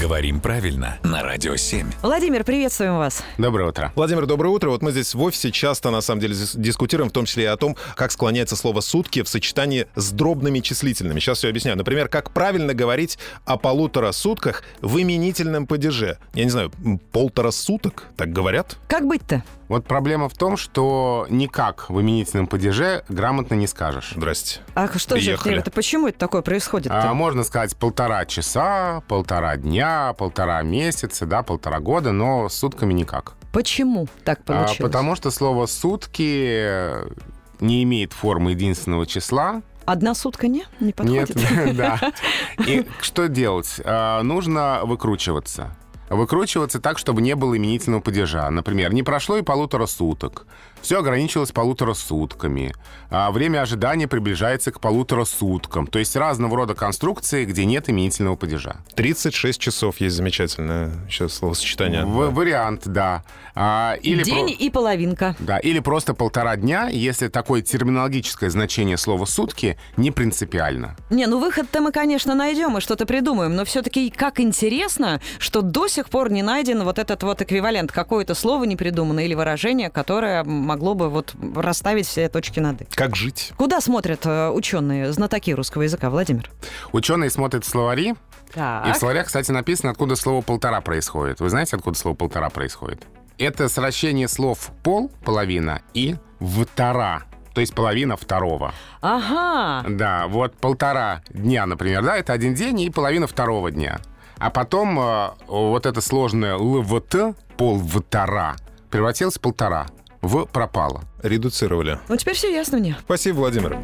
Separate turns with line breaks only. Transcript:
Говорим правильно на Радио 7.
Владимир, приветствуем вас.
Доброе утро.
Владимир, доброе утро. Вот мы здесь в офисе часто, на самом деле, дис- дискутируем, в том числе и о том, как склоняется слово «сутки» в сочетании с дробными числительными. Сейчас все объясняю. Например, как правильно говорить о полутора сутках в именительном падеже. Я не знаю, м, полтора суток? Так говорят?
Как быть-то?
Вот проблема в том, что никак в именительном падеже грамотно не скажешь.
Здрасте.
А что
Приехали.
же, это почему это такое происходит?
А, можно сказать полтора часа, полтора дня, полтора месяца, да, полтора года, но с сутками никак.
Почему так
А,
получилось?
потому что слово сутки э, не имеет формы единственного числа.
Одна сутка не, не подходит.
Нет, да. И что делать? А, Нужно выкручиваться. Выкручиваться так, чтобы не было именительного падежа. Например, не прошло и полутора суток. Все ограничилось полутора сутками. А Время ожидания приближается к полутора суткам. То есть разного рода конструкции, где нет именительного падежа.
36 часов есть замечательное сейчас словосочетание.
В- Вариант, да. А, Или
День
про-
и половинка.
Да, или просто полтора дня, если такое терминологическое значение слова «сутки» не принципиально.
Не, ну выход-то мы, конечно, найдем и что-то придумаем, но все-таки как интересно, что до сих пор не найден вот этот вот эквивалент, какое-то слово не придумано или выражение, которое могло бы вот расставить все точки над «и».
Как жить?
Куда смотрят э, ученые, знатоки русского языка, Владимир?
Ученые смотрят словари, и в
Так.
словарях, кстати, написано, откуда слово «полтора» происходит. Вы знаете, откуда слово «полтора» происходит? Это сращение слов «пол» — половина, и «втора», то есть половина второго.
Ага.
Да, вот полтора дня, например, да, это один день и половина второго дня. А потом э, вот это сложное ЛВТ, полвтора, превратилось в полтора, в пропало.
Редуцировали.
Ну теперь все ясно мне.
Спасибо, Владимир.